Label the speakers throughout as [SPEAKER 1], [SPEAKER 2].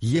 [SPEAKER 1] 以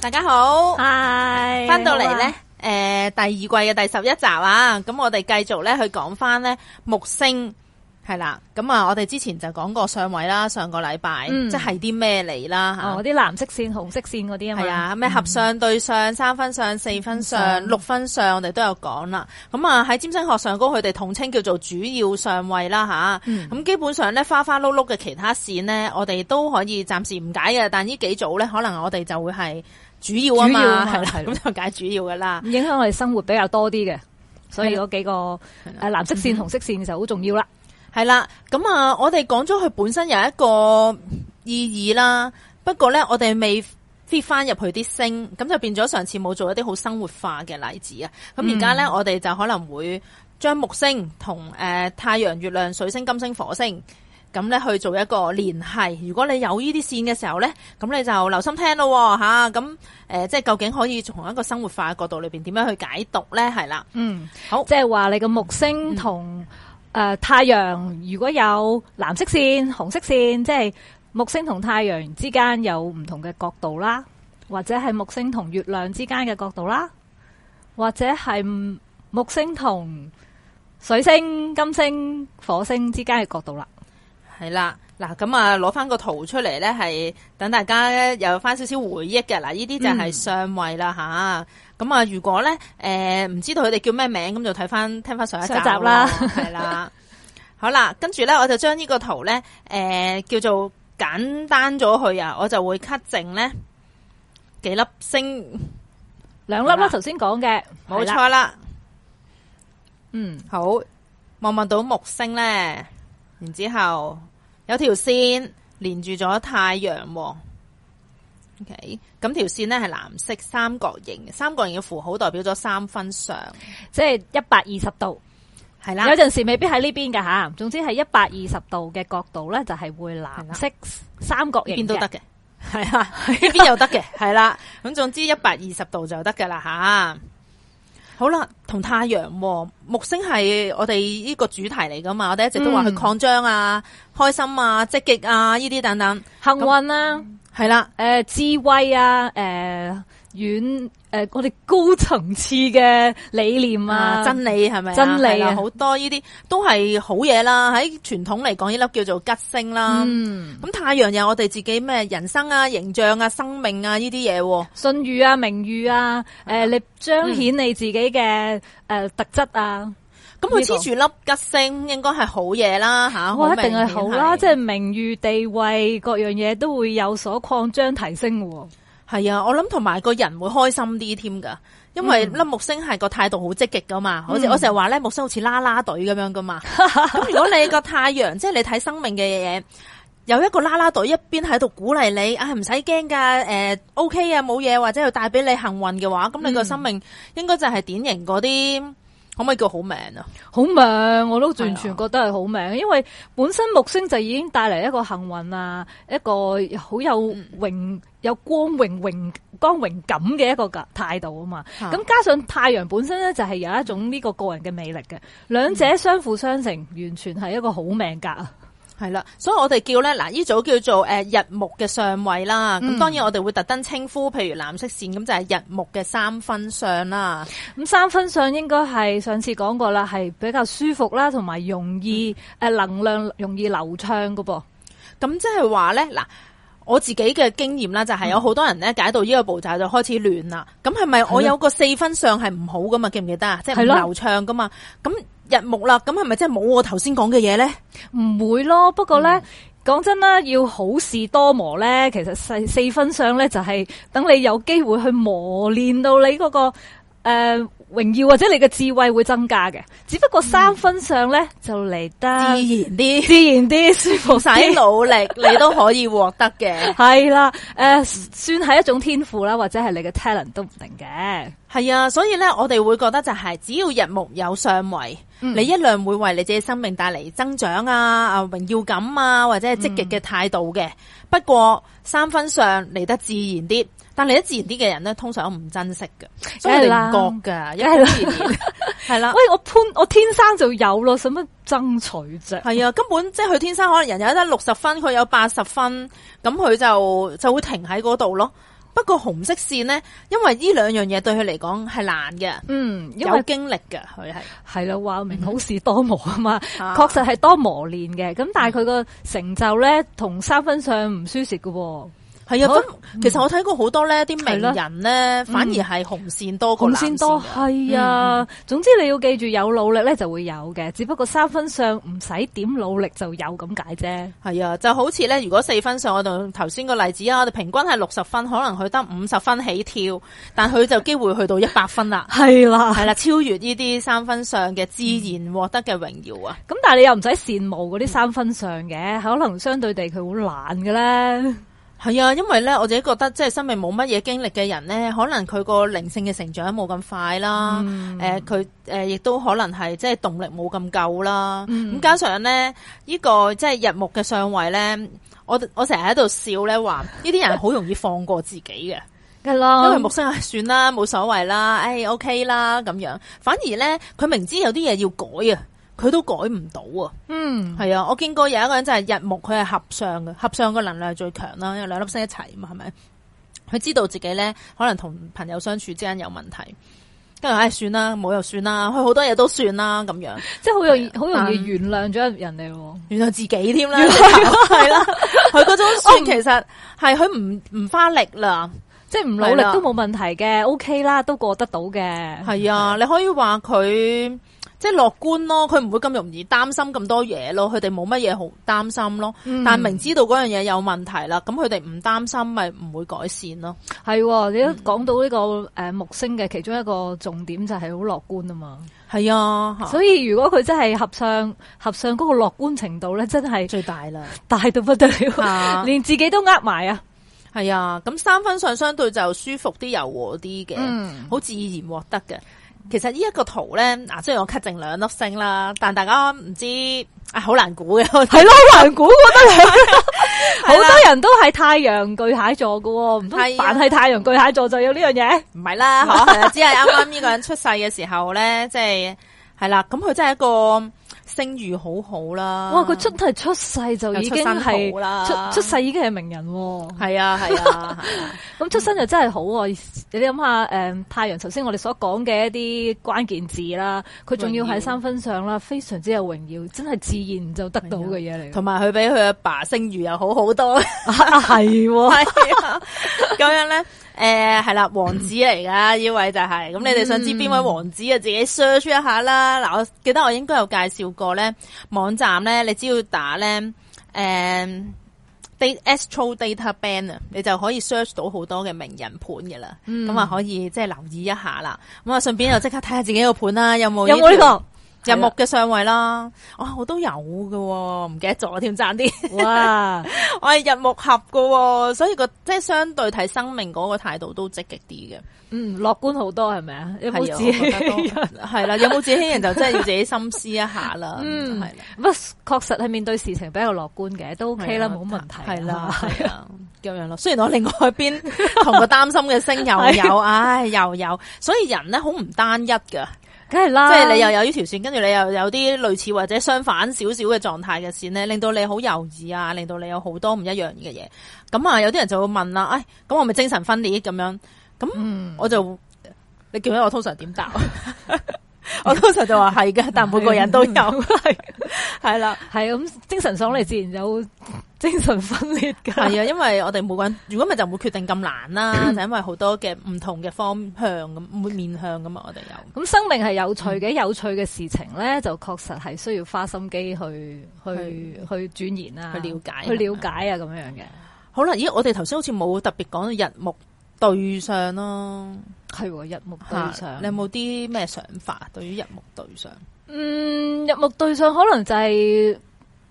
[SPEAKER 2] 大家好，
[SPEAKER 3] 係
[SPEAKER 2] 翻到嚟
[SPEAKER 3] 好
[SPEAKER 2] 咧
[SPEAKER 3] 啊，
[SPEAKER 2] 诶、第二季嘅第十一集啊，咁我哋繼續咧去講翻咧木星係啦，咁啊，我哋之前就講過上位啦，上個禮拜、
[SPEAKER 3] 嗯
[SPEAKER 2] 即係啲咩嚟啦吓。
[SPEAKER 3] 哦，啲藍色線、紅色線嗰啲啊嘛，嗯
[SPEAKER 2] 系啊，咩合上對上、三分上、四分上、
[SPEAKER 3] 上
[SPEAKER 2] 六分上，我哋都有講啦。咁啊喺占星學上高，佢哋統稱叫做主要上位啦吓。咁、
[SPEAKER 3] 嗯
[SPEAKER 2] 基本上咧花花碌碌嘅其他線呢，我哋都可以暫時唔解嘅，但呢幾組咧，可能我哋就會係主要啊
[SPEAKER 3] 主要啊
[SPEAKER 2] 嘛，
[SPEAKER 3] 嘛
[SPEAKER 2] 係啦，
[SPEAKER 3] 係啦
[SPEAKER 2] 咁就解主要噶啦。
[SPEAKER 3] 影響我哋生活比較多啲嘅，所以嗰幾個誒藍色線、紅色線就好重要啦。
[SPEAKER 2] 係啦，咁啊，我哋講咗佢本身有一個意義啦，不過咧，我哋未 fit 翻入去啲星，咁就變咗上次冇做一啲好生活化嘅例子啊。咁而家咧，我哋就可能會將木星同誒、呃太陽、月亮、水星、金星、火星。咁咧去做一個聯繫。如果你有呢啲線嘅時候咧，咁你就留心聽咯喎吓。咁、呃即係究竟可以從一個生活化嘅角度裏邊點樣去解讀咧？係啦，
[SPEAKER 3] 嗯，
[SPEAKER 2] 好
[SPEAKER 3] 即係話你個木星同誒太陽如果有藍色線、紅色線，即係木星同太陽之間有唔同嘅角度啦，或者係木星同月亮之間嘅角度啦，或者係木星同水星、金星、火星之間嘅角度啦。
[SPEAKER 2] 係啦，嗱咁啊，攞翻個圖出嚟咧，係等大家咧有翻少少回憶嘅。嗱，呢啲就係上位啦吓。咁啊，如果咧诶唔知道佢哋叫咩名，咁就睇翻聽翻上一集
[SPEAKER 3] 上一集啦
[SPEAKER 2] 係啦。 好啦，跟住咧我就將呢個圖咧诶、誒叫做簡單咗佢啊，我就會 cut 剩咧幾粒星，
[SPEAKER 3] 兩粒
[SPEAKER 2] 係啦
[SPEAKER 3] 啦，頭先講嘅，
[SPEAKER 2] 冇
[SPEAKER 3] 係啦，
[SPEAKER 2] 錯啦。
[SPEAKER 3] 嗯，
[SPEAKER 2] 好，望望到木星咧，然之后有条线连住咗太阳、喎。OK，咁条线咧系蓝色三角形，三角形嘅符號代表咗三分上，
[SPEAKER 3] 即係一百二十度，
[SPEAKER 2] 系啦
[SPEAKER 3] 有，陣時未必喺呢邊㗎吓，總之係一百二十度嘅角度咧，就係會藍色三角
[SPEAKER 2] 呢
[SPEAKER 3] 形
[SPEAKER 2] 邊都得
[SPEAKER 3] 嘅，
[SPEAKER 2] 嘅，系啊，呢邊又得 嘅，系啦，咁總之一百二十度就得噶啦吓。好啦，同太陽喎，木星係我哋呢個主題嚟噶嘛，我哋一直都話佢
[SPEAKER 3] 嗯
[SPEAKER 2] 擴張啊、開心啊、積極啊呢啲等等，
[SPEAKER 3] 幸運啦、
[SPEAKER 2] 係啦。
[SPEAKER 3] 誒、智慧啊，誒、呃、遠誒、呃我哋高層次嘅理念啊，
[SPEAKER 2] 真理係咪啊？
[SPEAKER 3] 真理啊
[SPEAKER 2] 係啦好多呢啲都係好嘢啦。喺傳統嚟講，呢粒叫做吉星啦。咁、
[SPEAKER 3] 嗯，
[SPEAKER 2] 太陽有我哋自己咩人生啊、形象啊、生命啊呢啲嘢喎。
[SPEAKER 3] 信譽啊，名譽啊，誒、你彰顯你自己嘅誒、呃特質啊，
[SPEAKER 2] 咁佢
[SPEAKER 3] 呢個
[SPEAKER 2] 黐住粒吉星，應該係啊好嘢啦吓。
[SPEAKER 3] 我一定係
[SPEAKER 2] 係
[SPEAKER 3] 好啦，即係名譽地位各樣嘢都會有所擴張提升喎、
[SPEAKER 2] 係啊！我諗同埋個人會開心啲添㗎，因為
[SPEAKER 3] 嗯
[SPEAKER 2] 粒木星係個態度好積極噶嘛。好似、我成日話咧，木星好似啦啦隊咁樣噶 嘛。咁如果你個太陽，即係你睇生命嘅嘢。有一個啦啦隊一邊喺度鼓勵你，啊唔使驚㗎，誒、O K 啊冇嘢，或者又帶俾你幸運嘅話，咁
[SPEAKER 3] 嗯
[SPEAKER 2] 你個生命應該就係典型嗰啲，可唔可以叫好命啊？
[SPEAKER 3] 好命，我都
[SPEAKER 2] 係啊
[SPEAKER 3] 完全覺得係好命，因為本身木星就已經帶嚟一個幸運啊，一個好有榮、有光榮榮光榮感嘅一個格態度啊嘛。
[SPEAKER 2] 啊
[SPEAKER 3] 咁、加上太陽本身咧，就係有一種呢個個人嘅魅力嘅，兩者相輔相成，完全係一個好命格啊！
[SPEAKER 2] 係啦，所以我哋叫咧嗱，呢組叫做诶、呃日木嘅上位啦。咁、
[SPEAKER 3] 嗯
[SPEAKER 2] 當然我哋會特登稱呼，譬如藍色線咁就係日木嘅三分相啦。
[SPEAKER 3] 咁三分相應該係上次講過啦，係比較舒服啦，同埋容易誒、呃能量容易流暢噶噃。
[SPEAKER 2] 咁即係話咧，嗱，我自己嘅經驗啦，就係有好多人咧解到呢個步驟就開始亂啦。咁係咪我有個四分相係唔好噶嘛？記唔記得啊？即係唔
[SPEAKER 3] 係咯
[SPEAKER 2] 流暢噶嘛？咁日木啦，咁係咪即係冇我頭先講嘅嘢咧？
[SPEAKER 3] 唔會咯，不過
[SPEAKER 2] 嗯
[SPEAKER 3] 咧。講真啦，要好事多磨咧，其實四四分相咧就係等你有機會去磨練到你嗰、個誒、呃、榮耀或者你嘅智慧會增加嘅。只不過三分相咧就嚟
[SPEAKER 2] 嗯自
[SPEAKER 3] 得
[SPEAKER 2] 然啲，
[SPEAKER 3] 自然啲、舒服
[SPEAKER 2] 唔使
[SPEAKER 3] 啲，
[SPEAKER 2] 努力，你都可以獲得嘅。
[SPEAKER 3] 係啦。誒、呃算係一種天賦啦，或者係你嘅 talent 都唔定嘅。
[SPEAKER 2] 係啊，所以咧，我哋會覺得就係只要日木有上位，
[SPEAKER 3] 嗯
[SPEAKER 2] 你一樣會為你自己生命帶嚟增長啊、啊榮耀感啊，或者係積極
[SPEAKER 3] 嗯
[SPEAKER 2] 嘅態度嘅。不過三分上嚟得自然啲，但嚟得自然啲嘅人咧，通常都唔珍惜嘅，所以我
[SPEAKER 3] 梗係啦
[SPEAKER 2] 哋唔覺㗎，一般自 然係啦。
[SPEAKER 3] 喂，我潘我天生就有咯，使乜爭取啫？
[SPEAKER 2] 系啊，根本即係佢天生可能人有得六十分，佢有八十分，咁佢就就會停喺嗰度咯。不過紅色線呢，因為呢兩樣嘢對佢嚟講係難嘅，
[SPEAKER 3] 嗯，因
[SPEAKER 2] 有嗯
[SPEAKER 3] 為
[SPEAKER 2] 經歷嘅佢係。
[SPEAKER 3] 係啦，話明好事多磨啊嘛，
[SPEAKER 2] 啊
[SPEAKER 3] 確實係多磨練嘅。咁但係佢個成就咧，同三分上唔輸蝕嘅喎。
[SPEAKER 2] 係啊，
[SPEAKER 3] 好
[SPEAKER 2] 咁其實我睇過好多咧，啲
[SPEAKER 3] 係
[SPEAKER 2] 名
[SPEAKER 3] 啦
[SPEAKER 2] 人咧反而係紅線多過
[SPEAKER 3] 咁
[SPEAKER 2] 藍
[SPEAKER 3] 先
[SPEAKER 2] 線嘅。
[SPEAKER 3] 多係啊，總之你要記住有努力咧就會有嘅，只不過三分上唔使點努力就有咁解啫。。
[SPEAKER 2] 係啊，就好似咧，如果四分上，我哋用頭先個例子啊，我哋平均係六十分，可能佢得五十分起跳，但佢就機會去到一百分啦
[SPEAKER 3] 係啦，
[SPEAKER 2] 係啦，超越呢啲三分上嘅自然獲得嘅榮耀啊！
[SPEAKER 3] 咁但係你又唔使羨慕嗰啲三分上嘅，可能相對地佢好懶嘅咧。
[SPEAKER 2] 係啊，因為咧我自己覺得，即係生命冇乜嘢經歷嘅人咧，可能佢個靈性嘅成長冇咁快啦，誒佢誒亦都可能係即係動力冇咁夠啦，咁、
[SPEAKER 3] 嗯
[SPEAKER 2] 加上咧呢、個即係日木嘅相位咧，我我成日喺度笑咧話，呢啲人好容易放過自己嘅。
[SPEAKER 3] 係啦
[SPEAKER 2] 因為木星啊，算啦，冇所謂啦，唉 OK 啦咁樣。反而咧，佢明知有啲嘢要改啊，佢都改唔到啊。
[SPEAKER 3] 嗯，
[SPEAKER 2] 係啊，我見過有一個人就係日木，佢係合相嘅，合相個能量係最強啦，因為兩粒星一齊嘛，係咪？佢知道自己咧，可能同朋友相處之間有問題，跟住唉算啦，冇又算啦，佢好多嘢都算啦咁樣，
[SPEAKER 3] 即係好容易好容易
[SPEAKER 2] 嗯
[SPEAKER 3] 原諒咗人哋喎。
[SPEAKER 2] 原來自己添啦，係啦，佢嗰種算其實係佢唔唔花力啦。
[SPEAKER 3] 即系唔努
[SPEAKER 2] 係
[SPEAKER 3] 力
[SPEAKER 2] 啦
[SPEAKER 3] 都冇問題嘅，OK 啦，都過得到嘅。
[SPEAKER 2] 係 啊，你可以話佢即係樂觀咯，佢唔會咁容易擔心咁多嘢咯，佢哋冇乜嘢好擔心咯。
[SPEAKER 3] 嗯
[SPEAKER 2] 但明知道嗰樣嘢有問題啦，咁佢哋唔擔心咪唔會改善咯。
[SPEAKER 3] 係喎，你都講到呢個诶木星嘅其中一個重點就係好樂觀啊嘛。
[SPEAKER 2] 係啊，所
[SPEAKER 3] 所以如果佢真係合上合上嗰個樂觀程度咧，真
[SPEAKER 2] 以
[SPEAKER 3] 係
[SPEAKER 2] 最大啦。
[SPEAKER 3] 大到不得了，
[SPEAKER 2] 啊
[SPEAKER 3] 連自己都呃埋啊。
[SPEAKER 2] 係啊，咁三分上相對就舒服啲、柔和啲嘅，
[SPEAKER 3] 嗯
[SPEAKER 2] 好自然獲得嘅。其實呢一個圖咧，嗱，雖然我 cut 剩兩粒星啦，但大家唔知啊，好難估嘅。我
[SPEAKER 3] 係咯，難估，我覺 得你好
[SPEAKER 2] 係啦
[SPEAKER 3] 多人都係太陽巨蟹座嘅喎，唔通
[SPEAKER 2] 係啊
[SPEAKER 3] 凡係太陽巨蟹座就有呢樣嘢？
[SPEAKER 2] 唔係 啦，嗬，係啦只係啱啱呢個人出世嘅時候咧，即係係啦，咁佢真係一個聲譽好好啦。
[SPEAKER 3] 哇！佢真係啊出世就已經係
[SPEAKER 2] 又出身好啦
[SPEAKER 3] 出出世已經係名人喎。
[SPEAKER 2] 係啊係 啊，係啊
[SPEAKER 3] 咁出身就真係好喎、你諗下，诶、太陽頭先我哋所講嘅一啲關鍵字啦，佢仲要
[SPEAKER 2] 榮耀
[SPEAKER 3] 喺三分上啦，非常之有榮耀，真係自然就得到嘅嘢嚟。
[SPEAKER 2] 同埋佢比佢阿爸聲譽又好好多，
[SPEAKER 3] 啊係喎，
[SPEAKER 2] 係啊咁樣咧。誒係啦，王子嚟 噶呢位就係、咁你哋想知邊位王子啊？自己 search 一下啦。嗱，我記得我應該有介紹過咧，網站咧，你只要打咧誒。data astro data band 啊，你就可以 search 到好多嘅名人盤嘅啦，咁
[SPEAKER 3] 嗯
[SPEAKER 2] 啊、可以即係留意一下啦。咁啊，順便又即刻睇下自己個盤啦，有冇
[SPEAKER 3] 有冇呢
[SPEAKER 2] 個入木嘅上位啦？啊，我都有嘅喎、唔記得咗添，爭啲。
[SPEAKER 3] 個？哇！
[SPEAKER 2] 我係日木合嘅喎，所以個即係相對睇生命嗰個態度都積極啲嘅。
[SPEAKER 3] 嗯，樂觀好多係咪啊？有冇
[SPEAKER 2] 係啊
[SPEAKER 3] 自
[SPEAKER 2] 我覺得都
[SPEAKER 3] 己？
[SPEAKER 2] 係啦，有冇自欺人就真係要自己深思一下啦。
[SPEAKER 3] 嗯
[SPEAKER 2] 係啦，
[SPEAKER 3] 不，確實係面對事情比較樂觀嘅，都 OK 啦，
[SPEAKER 2] 係啊
[SPEAKER 3] 冇問題。
[SPEAKER 2] 係啦，，係啊，咁樣咯。雖然我另外一邊 同個擔心嘅 星又有，唉又有，所以人咧好唔單一㗎。
[SPEAKER 3] 梗係啦。
[SPEAKER 2] 即係你又有呢條線，跟住你又有啲類似或者相反少少嘅狀態嘅線咧，令到你好猶豫啊，令到你有好多唔一樣嘅嘢。咁啊，有啲人就會問啦，唉、咁我咪精神分裂咁樣？咁我就你叫咗我通常點 答？我通常就話係嘅，但每個人 都有係啦，
[SPEAKER 3] 係咁精神爽利，自然有精神分裂
[SPEAKER 2] 係啊，
[SPEAKER 3] 㗎。
[SPEAKER 2] 因為我哋每個人如果咪就冇決定咁難 啦，就因為好多嘅唔同嘅方向咁，會面向咁啊，我哋有。
[SPEAKER 3] 咁生命係有趣嘅，有趣嘅事情咧，就確實係需要花心機去去去鑽研啊，
[SPEAKER 2] 去了解
[SPEAKER 3] 去了解啊，咁樣嘅
[SPEAKER 2] 好啦，咦，我哋頭先好似冇特別講到日木對上咯。
[SPEAKER 3] 係喎，日木對
[SPEAKER 2] 嚇
[SPEAKER 3] 上，
[SPEAKER 2] 你有冇啲咩想法對於日木對上？
[SPEAKER 3] 嗯，日木對上可能就係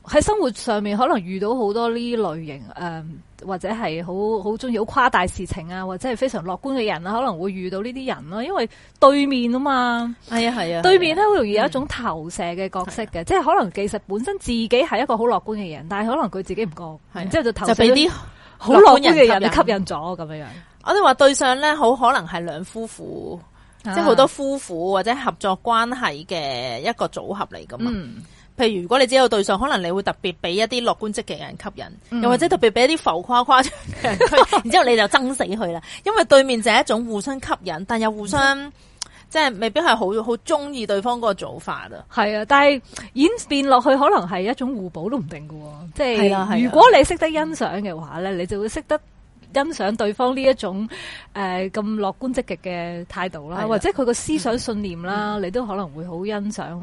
[SPEAKER 3] 喺生活上面可能遇到好多呢類型誒或者係好好中意好誇大事情啊，或者係非常樂觀嘅人啊，可能會遇到呢啲人咯、因為對面啊嘛，
[SPEAKER 2] 系啊系啊，嗯
[SPEAKER 3] 對面咧好容易有一種投射嘅角色嘅，即係可能其實本身自己係一個好樂觀嘅人，但係可能佢自己唔覺，
[SPEAKER 2] 係啊
[SPEAKER 3] 然之後就投
[SPEAKER 2] 就
[SPEAKER 3] 射
[SPEAKER 2] 俾
[SPEAKER 3] 咗
[SPEAKER 2] 啲
[SPEAKER 3] 好
[SPEAKER 2] 樂
[SPEAKER 3] 樂觀嘅
[SPEAKER 2] 觀
[SPEAKER 3] 人
[SPEAKER 2] 人
[SPEAKER 3] 你
[SPEAKER 2] 吸
[SPEAKER 3] 吸
[SPEAKER 2] 引
[SPEAKER 3] 引咗咁樣樣，
[SPEAKER 2] 我哋話對上咧，好可能係兩夫婦，即係好多
[SPEAKER 3] 啊
[SPEAKER 2] 夫婦或者合作關係嘅一個組合嚟噶嘛。
[SPEAKER 3] 嗯
[SPEAKER 2] 譬如如果你知道對上，可能你會特別俾一啲樂觀積極嘅人吸引，
[SPEAKER 3] 嗯
[SPEAKER 2] 又或者特別俾一啲浮誇誇張嘅人吸 引，然之後你就憎死佢啦。因為對面就係一種互相吸引，但又互相即係未必係好好中意對方嗰個做法啊。
[SPEAKER 3] 係啊，但係演變落去可能係一種互補都唔定嘅喎，即
[SPEAKER 2] 係啊係啊
[SPEAKER 3] 係如果你識得欣賞嘅話咧，你就會識得欣賞對方呢一種誒咁樂觀積極嘅態
[SPEAKER 2] 係
[SPEAKER 3] 度啦，
[SPEAKER 2] 啦嗯
[SPEAKER 3] 或者佢個思想信念啦，你都可能會好欣賞。，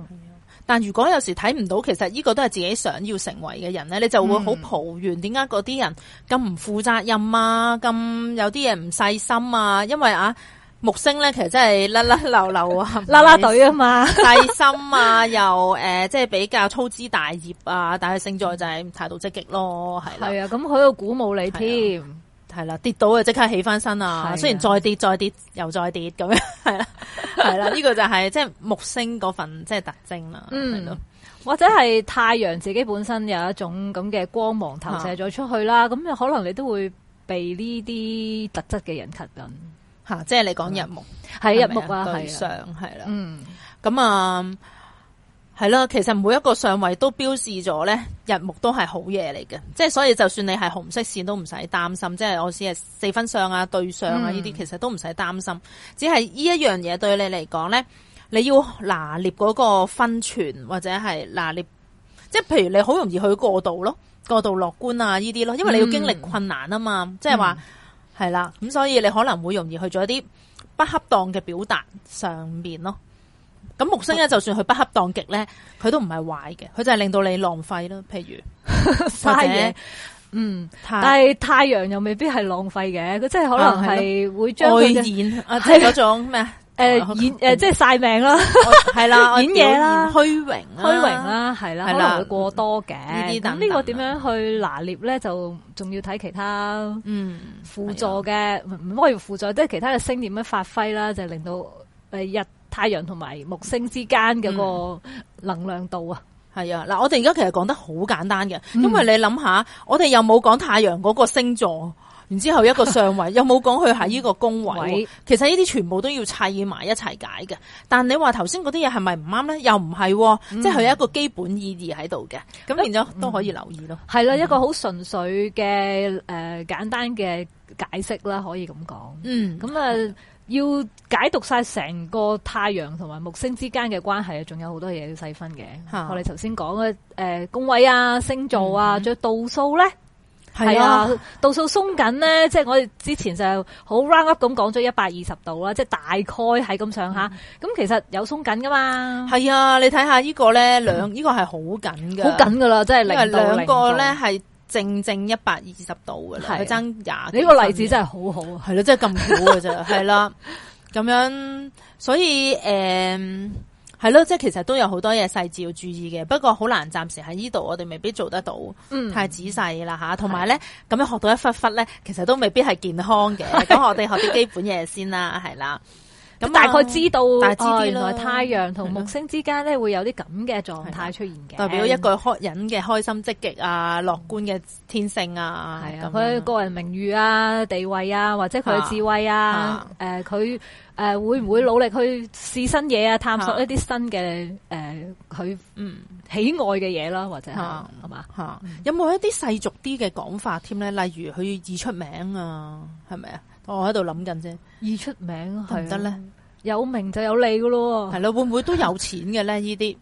[SPEAKER 2] 但如果有時睇唔到，其實呢個都係自己想要成為嘅人咧，你就會好抱怨點解嗰啲人咁唔負責任啊，咁有啲嘢唔細心啊，因為啊木星咧其實真係甩甩流流啊
[SPEAKER 3] 啦啦隊啊嘛，
[SPEAKER 2] 細心 啊，又誒、呃即係比較粗枝大葉啊，但係星座就係態度積極咯，係啦，
[SPEAKER 3] 係啊，咁佢度鼓舞你添，
[SPEAKER 2] 係啊啦，跌倒啊即刻起翻身
[SPEAKER 3] 係
[SPEAKER 2] 啊，
[SPEAKER 3] 啊
[SPEAKER 2] 雖然再跌再跌又再跌咁 樣，係啦，係啦，呢、個就係、即係木星嗰份即係特徵啦，係咯
[SPEAKER 3] 嗯，。或者係太陽自己本身有一種咁嘅光芒投射咗出去
[SPEAKER 2] 啊
[SPEAKER 3] 啦，咁、可能你都會被呢啲特質嘅人吸引，
[SPEAKER 2] 嚇、即係你講日木。
[SPEAKER 3] 係入目啊，
[SPEAKER 2] 對
[SPEAKER 3] 係
[SPEAKER 2] 上
[SPEAKER 3] 啊，
[SPEAKER 2] 係啦，
[SPEAKER 3] 嗯，
[SPEAKER 2] 咁啊係啦，其實每一個上位都標示咗咧，日木都係好嘢嚟嘅，即係所以就算你係紅色線都唔使擔心，即係我只係四分相啊、對上啊
[SPEAKER 3] 嗯
[SPEAKER 2] 呢啲，其實都唔使擔心，只係呢一樣嘢對你嚟講咧，你要拿捏嗰個分寸或者係拿捏，即係譬如你好容易去過度咯，過度樂觀啊呢啲咯，因為你要
[SPEAKER 3] 嗯
[SPEAKER 2] 經歷困難啊嘛，即係話係啦，咁所以你可能會容易去做一啲不恰當嘅表達上面咯。咁木星咧，就算佢不恰當極咧，佢都唔係壞嘅，佢就係令到你浪費咯。譬如 或
[SPEAKER 3] 嘥
[SPEAKER 2] 者
[SPEAKER 3] 嘢，嗯，
[SPEAKER 2] 太
[SPEAKER 3] 但係太陽又未必係浪費嘅，佢真係可能係會將
[SPEAKER 2] 外
[SPEAKER 3] 佢嘅
[SPEAKER 2] 演啊，即係嗰種咩
[SPEAKER 3] 诶
[SPEAKER 2] 啊
[SPEAKER 3] 演诶即係晒 命啦、
[SPEAKER 2] 係啦，
[SPEAKER 3] 演嘢啦
[SPEAKER 2] 表現虛榮啊
[SPEAKER 3] 虛榮，啦，係啦，
[SPEAKER 2] 係
[SPEAKER 3] 可
[SPEAKER 2] 啦
[SPEAKER 3] 能會過多嘅。
[SPEAKER 2] 呢啲
[SPEAKER 3] 咁
[SPEAKER 2] 等
[SPEAKER 3] 呢個
[SPEAKER 2] 等
[SPEAKER 3] 點
[SPEAKER 2] 啊
[SPEAKER 3] 樣去拿捏咧，就仲要睇其他
[SPEAKER 2] 嗯，
[SPEAKER 3] 輔助嘅，唔唔可以輔助，即係其他嘅星點樣發揮啦，就令到诶日太陽同埋木星之間嘅個能量度啊，
[SPEAKER 2] 係啊。嗱，我哋而家其實講得好簡單嘅，
[SPEAKER 3] 嗯
[SPEAKER 2] 因為你諗下，我哋又冇講太陽嗰個星座。然之後一個上 位，又冇講佢喺呢個宮位
[SPEAKER 3] 位
[SPEAKER 2] 喎，其實呢啲全部都要砌埋一齊解嘅。但你話頭先嗰啲嘢係咪唔啱咧？又唔係喎，
[SPEAKER 3] 嗯
[SPEAKER 2] 即係佢有一個基本意義喺度嘅，咁變咗都可以留意咯。
[SPEAKER 3] 係啦，一個好純粹嘅诶、呃、简单嘅解釋啦，可以咁講。
[SPEAKER 2] 嗯，
[SPEAKER 3] 咁啊，要解讀晒成個太陽同埋木星之間嘅關係啊，仲有好多嘢要細分嘅。
[SPEAKER 2] 嚇
[SPEAKER 3] 我哋頭先講嘅诶宫位啊、星座啊，仲有度數咧，
[SPEAKER 2] 係
[SPEAKER 3] 係
[SPEAKER 2] 啊，，
[SPEAKER 3] 度數鬆緊咧，即係我哋之前就好 round up 咁講咗一百二十度啦，即係大概係咁上下。
[SPEAKER 2] 嗯
[SPEAKER 3] 咁其實有鬆緊噶嘛，
[SPEAKER 2] 係啊，你睇下呢個咧，兩呢個係好緊嘅，
[SPEAKER 3] 嗯好，緊噶啦，即係
[SPEAKER 2] 啊因為
[SPEAKER 3] 零到
[SPEAKER 2] 兩
[SPEAKER 3] 零
[SPEAKER 2] 個咧
[SPEAKER 3] 度。
[SPEAKER 2] 係正正一百二十度嘅啦，
[SPEAKER 3] 係啊
[SPEAKER 2] 佢爭廿。
[SPEAKER 3] 你呢個例子真係好好啊！
[SPEAKER 2] 係咯，真係咁苦嘅 啫，係啦，咁樣，所以诶。誒係咯，即係其實都有好多嘢細節要注意嘅，不過好難暫時喺呢度，我哋未必做得到
[SPEAKER 3] 嗯
[SPEAKER 2] 太仔細啦吓。同埋咧，咁樣學到一忽忽咧，其實都未必係健康 嘅。咁我哋學啲基本嘢先啦，係啦。咁
[SPEAKER 3] 咁大概
[SPEAKER 2] 啊
[SPEAKER 3] 知道，
[SPEAKER 2] 大致啲
[SPEAKER 3] 哦
[SPEAKER 2] 啦
[SPEAKER 3] 原來太陽同
[SPEAKER 2] 係
[SPEAKER 3] 木
[SPEAKER 2] 咯
[SPEAKER 3] 星之間咧會有啲咁嘅狀態出現嘅，
[SPEAKER 2] 代表一個開人嘅開心、積極啊、樂觀嘅天性啊，
[SPEAKER 3] 系啊
[SPEAKER 2] 咁，
[SPEAKER 3] 佢
[SPEAKER 2] 樣
[SPEAKER 3] 個人名譽啊、地位啊，或者佢嘅智慧啊
[SPEAKER 2] 啊，
[SPEAKER 3] 诶，佢诶会唔會努力去試新嘢啊，探索
[SPEAKER 2] 啊
[SPEAKER 3] 一啲新嘅诶佢
[SPEAKER 2] 嗯
[SPEAKER 3] 喜愛嘅嘢啦，或者係
[SPEAKER 2] 啊
[SPEAKER 3] 係嘛？
[SPEAKER 2] 吓，有冇一啲世俗啲嘅講法添咧？例如佢易出名啊，係咪啊？我喺度諗緊啫，
[SPEAKER 3] 易出名
[SPEAKER 2] 得
[SPEAKER 3] 係
[SPEAKER 2] 唔得
[SPEAKER 3] 啊
[SPEAKER 2] 咧？
[SPEAKER 3] 有名就有利噶咯喎
[SPEAKER 2] 係。咯，會唔會都有錢嘅咧？呢啲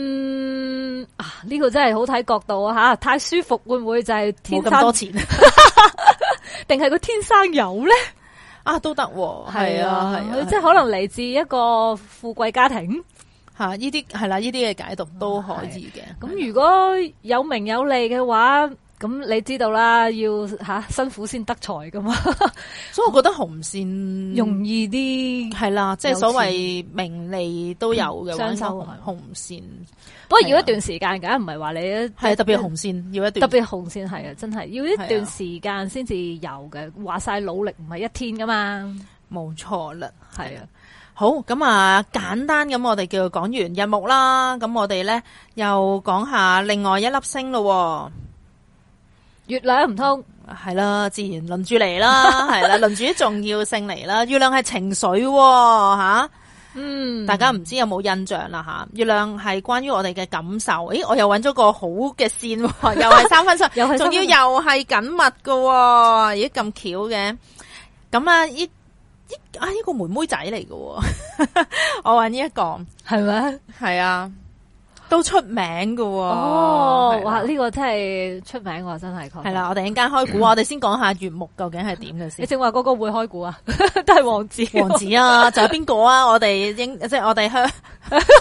[SPEAKER 3] 嗯啊，呢個真係好睇角度啊吓，太舒服會唔會就係
[SPEAKER 2] 冇
[SPEAKER 3] 天
[SPEAKER 2] 咁多
[SPEAKER 3] 生，
[SPEAKER 2] 錢
[SPEAKER 3] 定係佢天生有咧？
[SPEAKER 2] 啊，都得喎，係啊，係
[SPEAKER 3] 佢
[SPEAKER 2] 啊，
[SPEAKER 3] 即係可能嚟自一個富貴家庭。
[SPEAKER 2] 吓
[SPEAKER 3] 嗯
[SPEAKER 2] 呢啲係啦，呢啲嘅解讀都可以嘅。
[SPEAKER 3] 咁如果有名有利嘅話，咁你知道啦，要吓、辛苦先得財噶嘛，
[SPEAKER 2] 所以我覺得紅線
[SPEAKER 3] 容易啲。
[SPEAKER 2] 係啦，即係
[SPEAKER 3] 有
[SPEAKER 2] 所謂名利都有嘅話，
[SPEAKER 3] 雙收
[SPEAKER 2] 應該紅紅線
[SPEAKER 3] 不過要一段時間，梗係唔係話你一
[SPEAKER 2] 係啊特別紅線要一
[SPEAKER 3] 特
[SPEAKER 2] 段，
[SPEAKER 3] 別紅線係啊，真係要一
[SPEAKER 2] 係啊
[SPEAKER 3] 段時間先至有嘅。話晒努力唔係一天噶嘛，
[SPEAKER 2] 冇錯啦。
[SPEAKER 3] 係啊，
[SPEAKER 2] 好咁啊，簡單咁，我哋叫講完日木啦，咁我哋咧又講下另外一粒星咯
[SPEAKER 3] 月亮唔通
[SPEAKER 2] 喎，係啦，自然輪住嚟 啦，係啦，輪住啲重要性嚟啦。月亮係情緒喎吓、
[SPEAKER 3] 嗯，，
[SPEAKER 2] 大家唔知有冇印象啦吓。月亮係關於我哋嘅感受，咦，我又揾咗個好嘅線喎，又係三分相
[SPEAKER 3] 又係三
[SPEAKER 2] 仲
[SPEAKER 3] 分
[SPEAKER 2] 要
[SPEAKER 3] 相
[SPEAKER 2] 又係緊密嘅喎，咦咁巧嘅，咁啊依依啊呢個妹妹仔嚟嘅喎， 我揾呢一個。
[SPEAKER 3] 係咪？
[SPEAKER 2] 系啊，都出名嘅喎。
[SPEAKER 3] 哦，哇！
[SPEAKER 2] 系
[SPEAKER 3] 呢個真係出名喎，真係確實
[SPEAKER 2] 啦，我哋一間開 估，我哋先講下月木究竟係點嘅
[SPEAKER 3] 你
[SPEAKER 2] 先。
[SPEAKER 3] 正話嗰個會開股啊， 都係王子，
[SPEAKER 2] 王子 啊，仲有邊個啊？我哋英即係我哋 香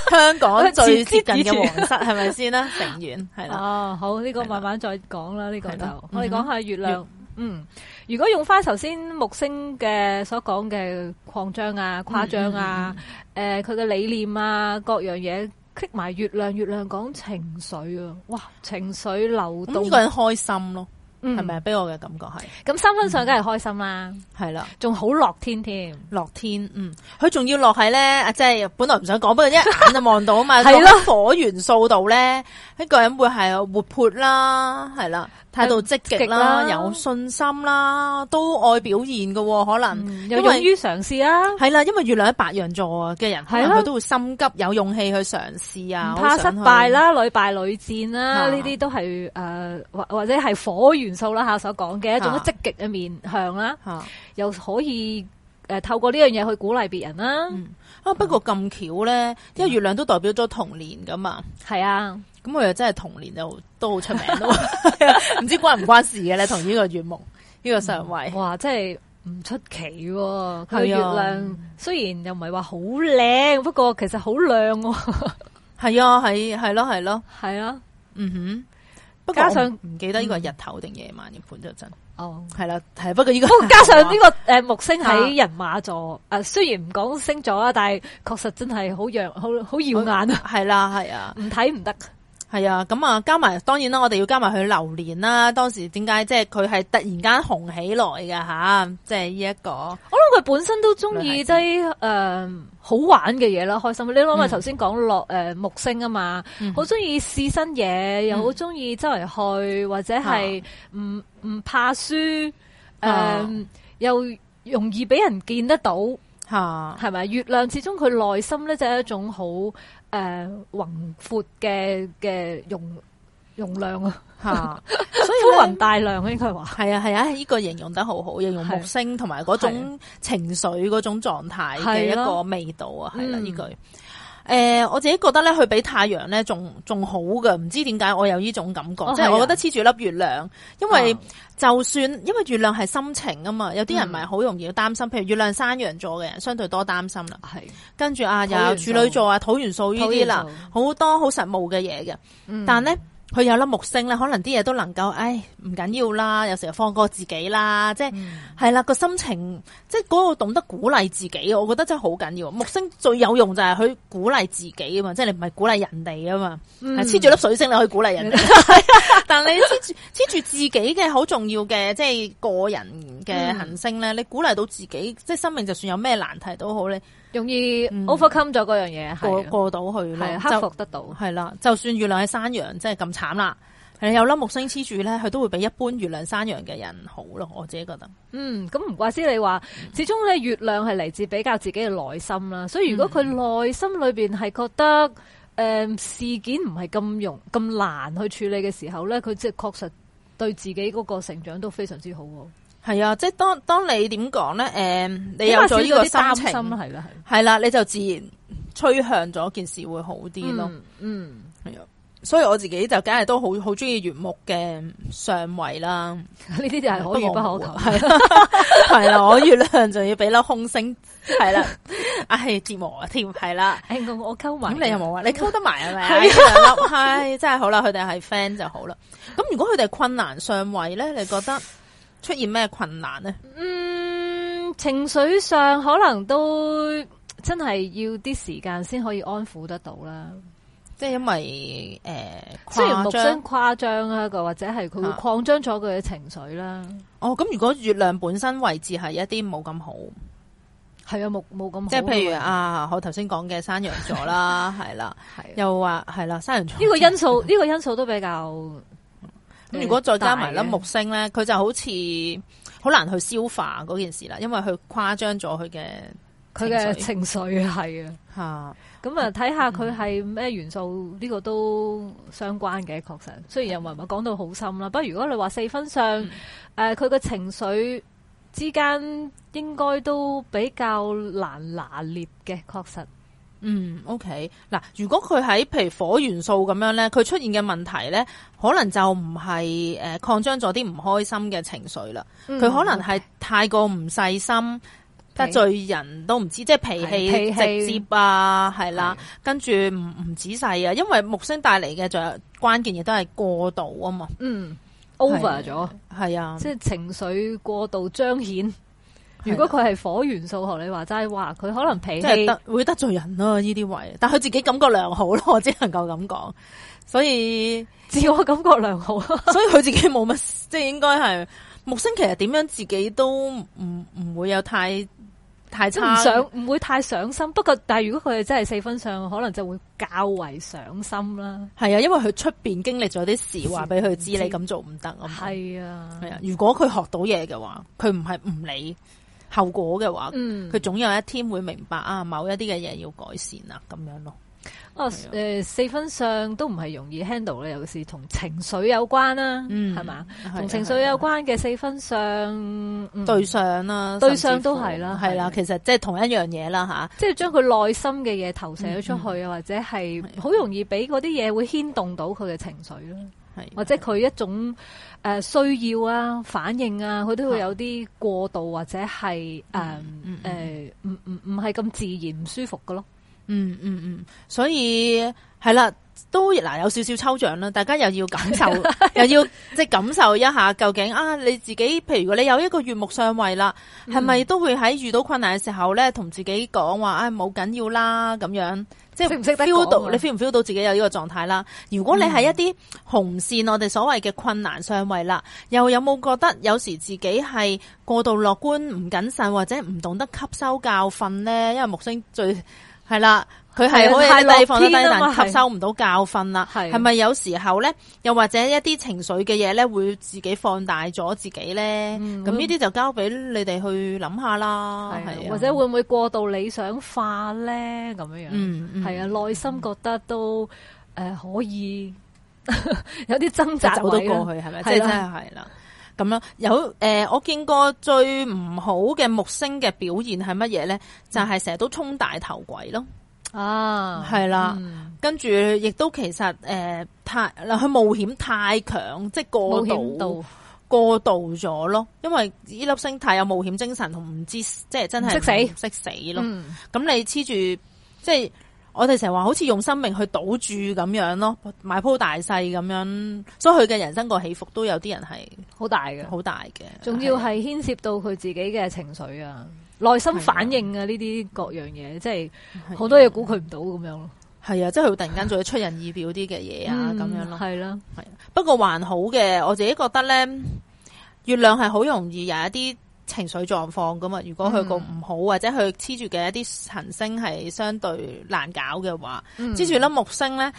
[SPEAKER 2] 香港最接近嘅皇 室啊係咪先啦？成員係啦，
[SPEAKER 3] 哦，好，呢、個慢慢再講啦，呢、個
[SPEAKER 2] 係
[SPEAKER 3] 就
[SPEAKER 2] 啦
[SPEAKER 3] 我哋
[SPEAKER 2] 嗯
[SPEAKER 3] 講下月亮。嗯，如果用翻頭先木星嘅所講嘅擴張啊、誇張啊、
[SPEAKER 2] 嗯
[SPEAKER 3] 誒佢嘅理念啊，各樣嘢。棘埋月亮，月亮講情緒啊，哇，情緒流
[SPEAKER 2] 咁
[SPEAKER 3] 動，
[SPEAKER 2] 呢個人開心咯，
[SPEAKER 3] 嗯
[SPEAKER 2] 係咪啊？？嗯俾我嘅感覺係
[SPEAKER 3] 咁三分上梗係開心啦，
[SPEAKER 2] 係啦，
[SPEAKER 3] 仲好樂天添，
[SPEAKER 2] 落天嗯，佢仲要落喺咧，啊即係本來唔想講，不過一 眼就望到啊嘛。
[SPEAKER 3] 係咯
[SPEAKER 2] 落喺火元素度咧，一個人會係活潑啦，係啦，態度積極啦，
[SPEAKER 3] 積極啦
[SPEAKER 2] 有信心啦，都愛表現嘅喎，可能。
[SPEAKER 3] 嗯又
[SPEAKER 2] 嗯因為
[SPEAKER 3] 勇於嘗試啊，
[SPEAKER 2] 系啦，因為月亮喺白羊座嘅人，可
[SPEAKER 3] 係啦
[SPEAKER 2] 能佢都會心急，有勇氣去嘗試啊，
[SPEAKER 3] 唔怕
[SPEAKER 2] 好
[SPEAKER 3] 失
[SPEAKER 2] 想去啊
[SPEAKER 3] 敗。啦，屢敗屢戰啦，
[SPEAKER 2] 嚇
[SPEAKER 3] 呢啲都係誒或或者係火元素啦嚇所講嘅一種
[SPEAKER 2] 嚇
[SPEAKER 3] 積極嘅面向啦，
[SPEAKER 2] 吓
[SPEAKER 3] 又可以誒透過呢樣嘢去鼓勵別人啦，
[SPEAKER 2] 嗯啊，不過咁巧咧，因為月亮都代表咗童年噶嘛，
[SPEAKER 3] 係啊，
[SPEAKER 2] 咁佢又真係童年就都 好出名咯，係啊唔知關唔關事嘅咧，同呢個月木呢個上位
[SPEAKER 3] 哇，真係唔出奇喎！
[SPEAKER 2] 係
[SPEAKER 3] 佢
[SPEAKER 2] 啊
[SPEAKER 3] 嘅月亮雖然又唔係話好靚，不過其實好亮喎，
[SPEAKER 2] 係啊，係係咯係咯，
[SPEAKER 3] 係啊，
[SPEAKER 2] 嗯哼，不過我唔
[SPEAKER 3] 加上
[SPEAKER 2] 唔記得呢個係日頭定夜晚嘅盤就真
[SPEAKER 3] 哦。
[SPEAKER 2] 係啦，係不過呢個
[SPEAKER 3] 不過哦 加上呢個誒木星
[SPEAKER 2] 啊
[SPEAKER 3] 喺人馬座，誒雖然唔講星座啦，但係確實真係好耀好好耀眼啊！
[SPEAKER 2] 係啦係啊。
[SPEAKER 3] 唔睇唔得，
[SPEAKER 2] 系啊，咁啊，加埋當然啦，我哋要加埋佢流年啦。當時點解即係佢係突然間紅起來嘅吓，即係呢一個
[SPEAKER 3] 我諗佢本身都中
[SPEAKER 2] 女孩
[SPEAKER 3] 意即
[SPEAKER 2] 子
[SPEAKER 3] 係诶好玩嘅嘢啦，開心。你諗下
[SPEAKER 2] 嗯
[SPEAKER 3] 頭先講落诶木星啊嘛，好中意試新嘢，
[SPEAKER 2] 嗯
[SPEAKER 3] 又好中意周圍去，或者係唔唔怕輸，
[SPEAKER 2] 啊
[SPEAKER 3] 诶又容易俾人見得到。
[SPEAKER 2] 吓
[SPEAKER 3] 係咪？月亮始終佢內心咧就係一種好诶宏闊嘅嘅容容量啊，
[SPEAKER 2] 吓，
[SPEAKER 3] 所以寬宏大量啊應該話
[SPEAKER 2] 係啊係啊，呢、個形容得好好，形容木星同埋嗰種情緒嗰種狀態嘅一個味道啊，係啦
[SPEAKER 3] 嗯
[SPEAKER 2] 呢句。诶、我自己覺得咧，佢比太陽咧仲仲好嘅，唔知點解我有呢種感覺，
[SPEAKER 3] 哦
[SPEAKER 2] 即係
[SPEAKER 3] 係
[SPEAKER 2] 我
[SPEAKER 3] 啊
[SPEAKER 2] 覺得黐住粒月亮，因為、
[SPEAKER 3] 啊
[SPEAKER 2] 就算因為月亮係心情啊嘛，有啲人咪
[SPEAKER 3] 嗯
[SPEAKER 2] 好容易要擔心，譬如月亮山羊座嘅人相對多擔心啦。
[SPEAKER 3] 係
[SPEAKER 2] 跟住啊，
[SPEAKER 3] 土
[SPEAKER 2] 又
[SPEAKER 3] 元
[SPEAKER 2] 有
[SPEAKER 3] 素
[SPEAKER 2] 處女座啊、土元素呢啲啦
[SPEAKER 3] 土元，
[SPEAKER 2] 好多好實務嘅嘢嘅。
[SPEAKER 3] 嗯
[SPEAKER 2] 但咧，佢有粒木星咧，可能啲嘢都能夠，唉，唔緊要啦，有時候放過自己啦，即係係啦個心情，即係嗰個懂得鼓勵自己，我覺得真係好緊要。木星最有用就係佢鼓勵自己啊嘛，即係你唔係鼓勵人哋啊嘛，係黐住粒水星你可以鼓勵人哋，但你黐住黐住自己嘅好重要嘅，即係個人嘅行星咧，你鼓勵到自己，即係生命就算有咩難題都好咧。
[SPEAKER 3] 容易
[SPEAKER 2] 嗯
[SPEAKER 3] overcome 咗嗰樣嘢，
[SPEAKER 2] 過
[SPEAKER 3] 係啊
[SPEAKER 2] 過到去咯，
[SPEAKER 3] 係啊
[SPEAKER 2] 就
[SPEAKER 3] 克服得到。
[SPEAKER 2] 係啦。就算月亮係山羊，真係咁慘啦。係有粒木星黐住咧，佢都會比一般月亮山羊嘅人好咯。我自己覺得
[SPEAKER 3] 嗯，咁唔怪之你話，始終咧月亮係嚟自比較自己嘅內心啦，所以如果佢
[SPEAKER 2] 嗯
[SPEAKER 3] 內心裏邊係覺得诶、誒事件唔係咁容咁難去處理嘅時候咧，佢即係確實對自己嗰個成長都非常之好喎。
[SPEAKER 2] 係啊，即係當當你點講咧？诶、你
[SPEAKER 3] 起
[SPEAKER 2] 有咗呢
[SPEAKER 3] 碼嗯少
[SPEAKER 2] 個
[SPEAKER 3] 啲擔
[SPEAKER 2] 心
[SPEAKER 3] 心啊啦，
[SPEAKER 2] 情，
[SPEAKER 3] 係啦，係
[SPEAKER 2] 係啦，你就自然趨向咗件事會好啲咯。
[SPEAKER 3] 嗯，嗯，
[SPEAKER 2] 係啊、所以我自己就梗係都好好中意月木嘅上位啦，啊
[SPEAKER 3] 呢啲就係可遇不可求。
[SPEAKER 2] 系啦，啊係啦，我月亮仲要俾粒空星，係啦，唉，折磨啊添，係啦。
[SPEAKER 3] 诶，我我沟埋，
[SPEAKER 2] 咁你有冇啊？你溝得埋係咪啊？
[SPEAKER 3] 係
[SPEAKER 2] 係唉，真係好啦，佢哋係 friend 就好啦。咁如果佢哋困難上位咧，你覺得出現咩困難咧？
[SPEAKER 3] 嗯，情緒上可能都真係要啲時間先可以安撫得到啦。
[SPEAKER 2] 即係因為诶，
[SPEAKER 3] 雖然木
[SPEAKER 2] 誇啊張
[SPEAKER 3] 星誇張啦，佢或者係佢會
[SPEAKER 2] 啊
[SPEAKER 3] 擴張咗佢嘅情緒啦。
[SPEAKER 2] 哦，咁如果月亮本身位置係一啲冇咁好，
[SPEAKER 3] 係啊，木冇咁好
[SPEAKER 2] 即係譬如
[SPEAKER 3] 啊
[SPEAKER 2] 啊，我頭先講嘅山羊座 啦，係啦，
[SPEAKER 3] 嘛，係啊
[SPEAKER 2] 又話係啦，山羊座
[SPEAKER 3] 呢個因素呢個因素都比較。
[SPEAKER 2] 咁如果再加埋粒
[SPEAKER 3] 大啊嘅
[SPEAKER 2] 木星咧，佢就好似好難去消化嗰件事啦，因為佢誇張咗佢嘅
[SPEAKER 3] 佢嘅
[SPEAKER 2] 情緒嗯
[SPEAKER 3] 情緒係啊，
[SPEAKER 2] 吓
[SPEAKER 3] 咁啊睇下佢係咩元素，呢、個都相關嘅，確實。雖然又唔係話講到好深啦，不過如果你話四分上，誒
[SPEAKER 2] 嗯
[SPEAKER 3] 佢嘅情緒之間應該都比較難拿捏嘅，確實。
[SPEAKER 2] 嗯，OK，嗱，如果佢喺譬如火元素咁樣咧，佢出現嘅問題咧，可能就唔係诶擴張咗啲唔開心嘅情緒啦，
[SPEAKER 3] 嗯
[SPEAKER 2] 佢、可能係太過唔細心。
[SPEAKER 3] 脾
[SPEAKER 2] 得罪人都唔知，即係脾氣
[SPEAKER 3] 係脾
[SPEAKER 2] 直
[SPEAKER 3] 氣
[SPEAKER 2] 接啊，係啦
[SPEAKER 3] 係，
[SPEAKER 2] 跟住唔唔仔細啊，因為木星帶嚟嘅仲有關鍵嘢都係過度啊嘛，
[SPEAKER 3] 嗯 over 咗，
[SPEAKER 2] 係啊，
[SPEAKER 3] 即係情緒過度彰顯。如果佢係火元素，學你話齋，哇！佢可能脾
[SPEAKER 2] 即係
[SPEAKER 3] 氣
[SPEAKER 2] 得會得罪人咯呢啲位，但佢自己感覺良好咯，我只能夠咁講，所以
[SPEAKER 3] 自我感覺良好，
[SPEAKER 2] 所以佢自己冇乜，即系应该系木星其實點樣自己都唔唔会有太太
[SPEAKER 3] 即係唔
[SPEAKER 2] 差，
[SPEAKER 3] 上唔會太上心。不過，但係如果佢係真係四分上，可能就會較為上心啦。
[SPEAKER 2] 係啊，因為佢出边經歷咗啲事，話俾佢知
[SPEAKER 3] 知
[SPEAKER 2] 你咁做唔得啊嘛。
[SPEAKER 3] 係啊，
[SPEAKER 2] 係啊，如果佢學到嘢嘅話，佢唔係唔理後果嘅話，
[SPEAKER 3] 嗯，
[SPEAKER 2] 佢總有一天會明白啊，某一啲嘅嘢要改善啊，咁樣咯。
[SPEAKER 3] 啊
[SPEAKER 2] 係啊
[SPEAKER 3] 誒四分上都唔係容易 handle 咧，尤其是同情緒有關啦，
[SPEAKER 2] 嗯
[SPEAKER 3] 係嘛？
[SPEAKER 2] 係啊啊
[SPEAKER 3] 同情緒有關嘅四分上，嗯
[SPEAKER 2] 對上啦，
[SPEAKER 3] 對上
[SPEAKER 2] 甚至乎
[SPEAKER 3] 都係啦
[SPEAKER 2] 係啦，
[SPEAKER 3] 係
[SPEAKER 2] 其實即係同一樣嘢啦吓。
[SPEAKER 3] 即係將佢內心嘅嘢投射咗出
[SPEAKER 2] 嗯
[SPEAKER 3] 去啊，或者係好容易俾嗰啲嘢會牽動到佢嘅情緒啦，
[SPEAKER 2] 係
[SPEAKER 3] 或者佢一種诶需要啊、反應啊，佢都會有啲過度或者係诶
[SPEAKER 2] 嗯
[SPEAKER 3] 诶唔唔唔係咁自然唔舒服嘅咯。
[SPEAKER 2] 嗯嗯嗯，所以係啦，都嗱有少少抽象啦，大家又要 感受，又要即系感受一下究竟啊你自己，譬如如果你有一個月目上位啦，
[SPEAKER 3] 嗯
[SPEAKER 2] 係咪都會喺遇到困難嘅時候咧，同自己講話啊冇緊要啦咁樣，即係
[SPEAKER 3] 識唔識得
[SPEAKER 2] feel
[SPEAKER 3] 講
[SPEAKER 2] 到
[SPEAKER 3] 啊嗯
[SPEAKER 2] 你 feel 唔 feel 到自己有呢個狀態啦？如果你係一啲紅線，我哋所謂嘅困難上位啦，又有冇覺得有時自己係過度樂觀、唔謹慎或者唔懂得吸收教訓咧？因為木星最係啦，佢係
[SPEAKER 3] 係啊
[SPEAKER 2] 可以
[SPEAKER 3] 太
[SPEAKER 2] 低
[SPEAKER 3] 樂
[SPEAKER 2] 放得低，
[SPEAKER 3] 天啊
[SPEAKER 2] 但
[SPEAKER 3] 嘛
[SPEAKER 2] 吸收唔到教訓啦。
[SPEAKER 3] 係
[SPEAKER 2] 係咪有時候咧，又或者一啲情緒嘅嘢咧，會自己放大咗自己咧？
[SPEAKER 3] 嗯
[SPEAKER 2] 咁呢啲就交俾你哋去諗下啦。係
[SPEAKER 3] 係
[SPEAKER 2] 啊
[SPEAKER 3] 啊或者會唔會過度理想化咧？咁樣樣。
[SPEAKER 2] 嗯嗯
[SPEAKER 3] 係啊，內心覺得都诶、呃可以 有啲掙
[SPEAKER 2] 就
[SPEAKER 3] 扎
[SPEAKER 2] 走到
[SPEAKER 3] 位啦啊
[SPEAKER 2] 過去係咪？即係
[SPEAKER 3] 係
[SPEAKER 2] 真
[SPEAKER 3] 啦
[SPEAKER 2] 係係啦。咁啦，有诶、我見過最唔好嘅木星嘅表現係乜嘢咧？就係成日都衝大頭鬼咯，
[SPEAKER 3] 啊，
[SPEAKER 2] 係啦
[SPEAKER 3] 嗯
[SPEAKER 2] 跟住亦都其實诶、誒太嗱，佢冒險太強，即係過
[SPEAKER 3] 冒險
[SPEAKER 2] 度
[SPEAKER 3] 度
[SPEAKER 2] 過度咗咯。因為呢粒星太有冒險精神同唔知，即係真係
[SPEAKER 3] 唔識死
[SPEAKER 2] 唔識死咯。
[SPEAKER 3] 嗯
[SPEAKER 2] 咁你黐住，即係我哋成日話好似用生命去賭注咁樣咯，買鋪大細咁樣，所以佢嘅人生個起伏都有啲人係
[SPEAKER 3] 好大嘅，
[SPEAKER 2] 好大嘅，
[SPEAKER 3] 仲要係牽涉到佢自己嘅情緒啊、內心反應啊呢啲各樣嘢，即係好多嘢估佢唔到咁樣咯，
[SPEAKER 2] 係啊，即係佢突然間做咗出人意表啲嘅嘢啊，
[SPEAKER 3] 嗯
[SPEAKER 2] 咁樣咯。
[SPEAKER 3] 係啦，
[SPEAKER 2] 不過還好嘅，我自己覺得咧，月亮係好容易有一啲情緒狀況噶嘛。如果佢個
[SPEAKER 3] 嗯
[SPEAKER 2] 唔好、或者佢黐住嘅一啲行星係相對難搞嘅話，
[SPEAKER 3] 嗯
[SPEAKER 2] 黐住粒木星咧，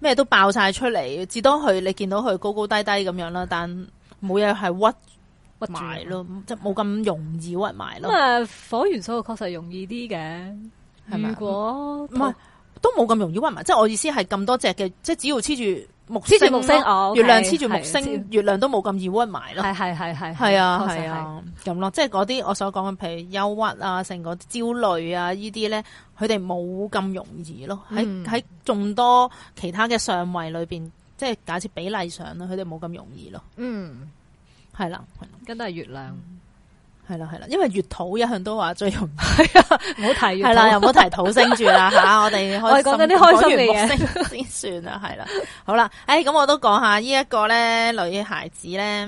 [SPEAKER 2] 咩都爆晒出嚟，至多佢你見到佢高高低低咁樣啦，但冇嘢係
[SPEAKER 3] 屈
[SPEAKER 2] 屈
[SPEAKER 3] 住
[SPEAKER 2] 埋。咯，即係冇咁容易屈埋
[SPEAKER 3] 咁啊
[SPEAKER 2] 咯，
[SPEAKER 3] 啊，火元素確實容易啲嘅。
[SPEAKER 2] 係咪啊
[SPEAKER 3] 如果
[SPEAKER 2] 唔係都冇咁容易屈埋，即係我意思係咁多隻嘅，即係只要黐住木
[SPEAKER 3] 黐住
[SPEAKER 2] 咯
[SPEAKER 3] 木星哦，OK，
[SPEAKER 2] 月亮黐住木
[SPEAKER 3] 係黐
[SPEAKER 2] 星，月亮都冇咁易屈埋咯。
[SPEAKER 3] 系系系系，
[SPEAKER 2] 係啊
[SPEAKER 3] 確實
[SPEAKER 2] 係，啊，咁咯，即係嗰啲我所講嘅，譬如憂鬱啊、成個焦慮啊呢啲咧，佢哋冇咁容易咯。喺
[SPEAKER 3] 嗯
[SPEAKER 2] 喺眾多其他嘅上位裏邊，即係假設比例上啦，佢哋冇咁容易咯。
[SPEAKER 3] 嗯，
[SPEAKER 2] 係啦，係啦
[SPEAKER 3] 跟都系月亮，
[SPEAKER 2] 係啦，係啦，因為月土一向都話最容易。
[SPEAKER 3] 唔好提
[SPEAKER 2] 系
[SPEAKER 3] 月
[SPEAKER 2] 啦，又
[SPEAKER 3] 亮
[SPEAKER 2] 唔好提土星住啦 吓，我哋
[SPEAKER 3] 我哋講緊啲開心嘅嘢
[SPEAKER 2] 嘢先算啦，係啦， 好啦，诶、咁我都講下呢一個咧，女孩子咧，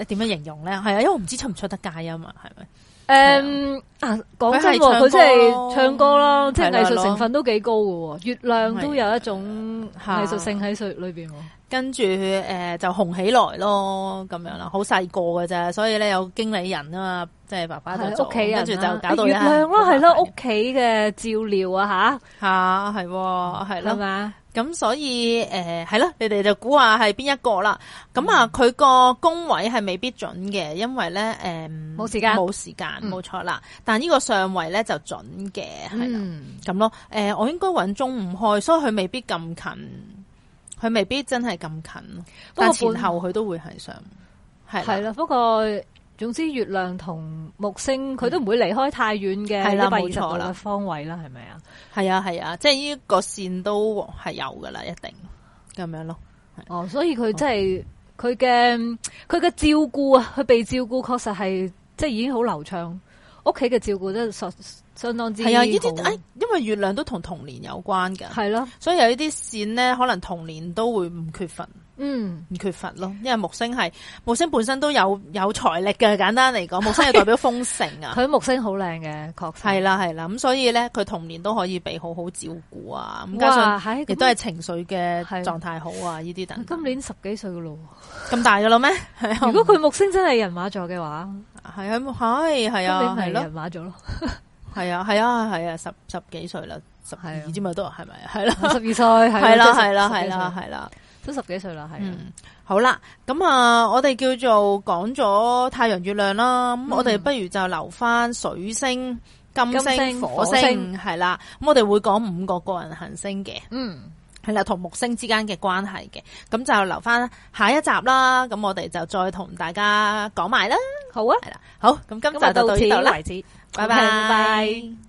[SPEAKER 2] 誒點樣形容咧？係啊，因為我唔知出唔出得街啊嘛，係咪？
[SPEAKER 3] 诶啊，讲
[SPEAKER 2] 佢係
[SPEAKER 3] 真
[SPEAKER 2] 唱
[SPEAKER 3] 喎，
[SPEAKER 2] 歌
[SPEAKER 3] 佢真系唱歌啦，即系
[SPEAKER 2] 係啦
[SPEAKER 3] 艺术成分都几高嘅喎，月亮都有一种
[SPEAKER 2] 係
[SPEAKER 3] 艺术性喺水裏边喎。
[SPEAKER 2] 跟住誒、呃就紅起來咯，咁樣啦，好細個嘅啫，所以咧有經理人啊嘛，即係爸爸就
[SPEAKER 3] 係
[SPEAKER 2] 做
[SPEAKER 3] 屋企人啦啊
[SPEAKER 2] 跟住就搞到
[SPEAKER 3] 月亮咯，係
[SPEAKER 2] 係
[SPEAKER 3] 咯，屋企嘅照料啊
[SPEAKER 2] 嚇係喎，係
[SPEAKER 3] 吓，係啊
[SPEAKER 2] 咯，
[SPEAKER 3] 嘛？
[SPEAKER 2] 咁所以誒係咯，你哋就估下係邊一個啦。咁
[SPEAKER 3] 嗯
[SPEAKER 2] 啊，佢個工位係未必準嘅，因為咧誒
[SPEAKER 3] 冇時間
[SPEAKER 2] 冇時間，
[SPEAKER 3] 嗯
[SPEAKER 2] 冇錯啦。但呢個上位咧就準嘅，係啦。
[SPEAKER 3] 嗯，
[SPEAKER 2] 咁咯，誒、我應該揾中午開，所以佢未必咁近，佢未必真係咁近。
[SPEAKER 3] 不過
[SPEAKER 2] 但
[SPEAKER 3] 本
[SPEAKER 2] 前後佢都會係上，係
[SPEAKER 3] 係
[SPEAKER 2] 啦，
[SPEAKER 3] 啦。不過總之，月亮同木星佢都唔會離開太遠嘅
[SPEAKER 2] 嗯係啦
[SPEAKER 3] 一百二
[SPEAKER 2] 冇
[SPEAKER 3] 十度
[SPEAKER 2] 錯啦
[SPEAKER 3] 嘅方位啦，係咪啊？
[SPEAKER 2] 係啊，係啊，即係呢個線都係有噶啦，一定咁樣咯。
[SPEAKER 3] 哦，所以佢真係佢嘅佢嘅照顧啊，佢被照顧確實係即係已經好流暢，屋企嘅照顧都相相當之
[SPEAKER 2] 係啊，呢啲
[SPEAKER 3] 好
[SPEAKER 2] 誒，因為月亮都同童年有關㗎，
[SPEAKER 3] 係咯，
[SPEAKER 2] 所以有呢啲線咧，可能童年都會唔缺乏，
[SPEAKER 3] 嗯。
[SPEAKER 2] 唔缺乏咯。因為木星係木星本身都有有財力嘅，簡單 嚟講，木星係代表豐盛啊。
[SPEAKER 3] 佢木星好靚嘅，確實
[SPEAKER 2] 係啦係啦，咁所以咧，佢童年都可以被好好照顧啊，咁加上
[SPEAKER 3] 哇，係
[SPEAKER 2] 亦都係情緒嘅
[SPEAKER 3] 係
[SPEAKER 2] 狀態好啊，呢啲等等
[SPEAKER 3] 咁今年十幾歲噶咯喎。
[SPEAKER 2] 咁大噶啦咩？係啊，
[SPEAKER 3] 如果佢木星真係人馬座嘅話，
[SPEAKER 2] 係啊係係
[SPEAKER 3] 咁
[SPEAKER 2] 啊
[SPEAKER 3] 你咪
[SPEAKER 2] 係咯
[SPEAKER 3] 人馬座咯，
[SPEAKER 2] 係啊係啊係啊十十幾歲啦，十
[SPEAKER 3] 係啊
[SPEAKER 2] 二之嘛都係咪啊？係啦
[SPEAKER 3] 十二歲 係
[SPEAKER 2] 係啦
[SPEAKER 3] 即係
[SPEAKER 2] 係啦
[SPEAKER 3] 十
[SPEAKER 2] 係
[SPEAKER 3] 十幾
[SPEAKER 2] 啦
[SPEAKER 3] 歲
[SPEAKER 2] 係啦，
[SPEAKER 3] 都十幾歲啦，係啊
[SPEAKER 2] 嗯好啦，咁啊我哋叫做講咗太陽月亮啦，咁我哋
[SPEAKER 3] 嗯
[SPEAKER 2] 不如就留翻水星。金
[SPEAKER 3] 金
[SPEAKER 2] 星、
[SPEAKER 3] 星
[SPEAKER 2] 火
[SPEAKER 3] 火
[SPEAKER 2] 星
[SPEAKER 3] 星
[SPEAKER 2] 係啦，咁我哋會講五個個人行星嘅，
[SPEAKER 3] 嗯，
[SPEAKER 2] 係啦，同木星之間嘅關係嘅，咁就留翻下一集啦。咁我哋就再同大家講埋啦。
[SPEAKER 3] 好啊，
[SPEAKER 2] 好，咁今集
[SPEAKER 3] 今
[SPEAKER 2] 就到
[SPEAKER 3] 日啊到
[SPEAKER 2] 呢
[SPEAKER 3] 此
[SPEAKER 2] 度啦，
[SPEAKER 3] 為止，
[SPEAKER 2] 拜
[SPEAKER 3] OK，拜
[SPEAKER 2] 拜
[SPEAKER 3] 拜。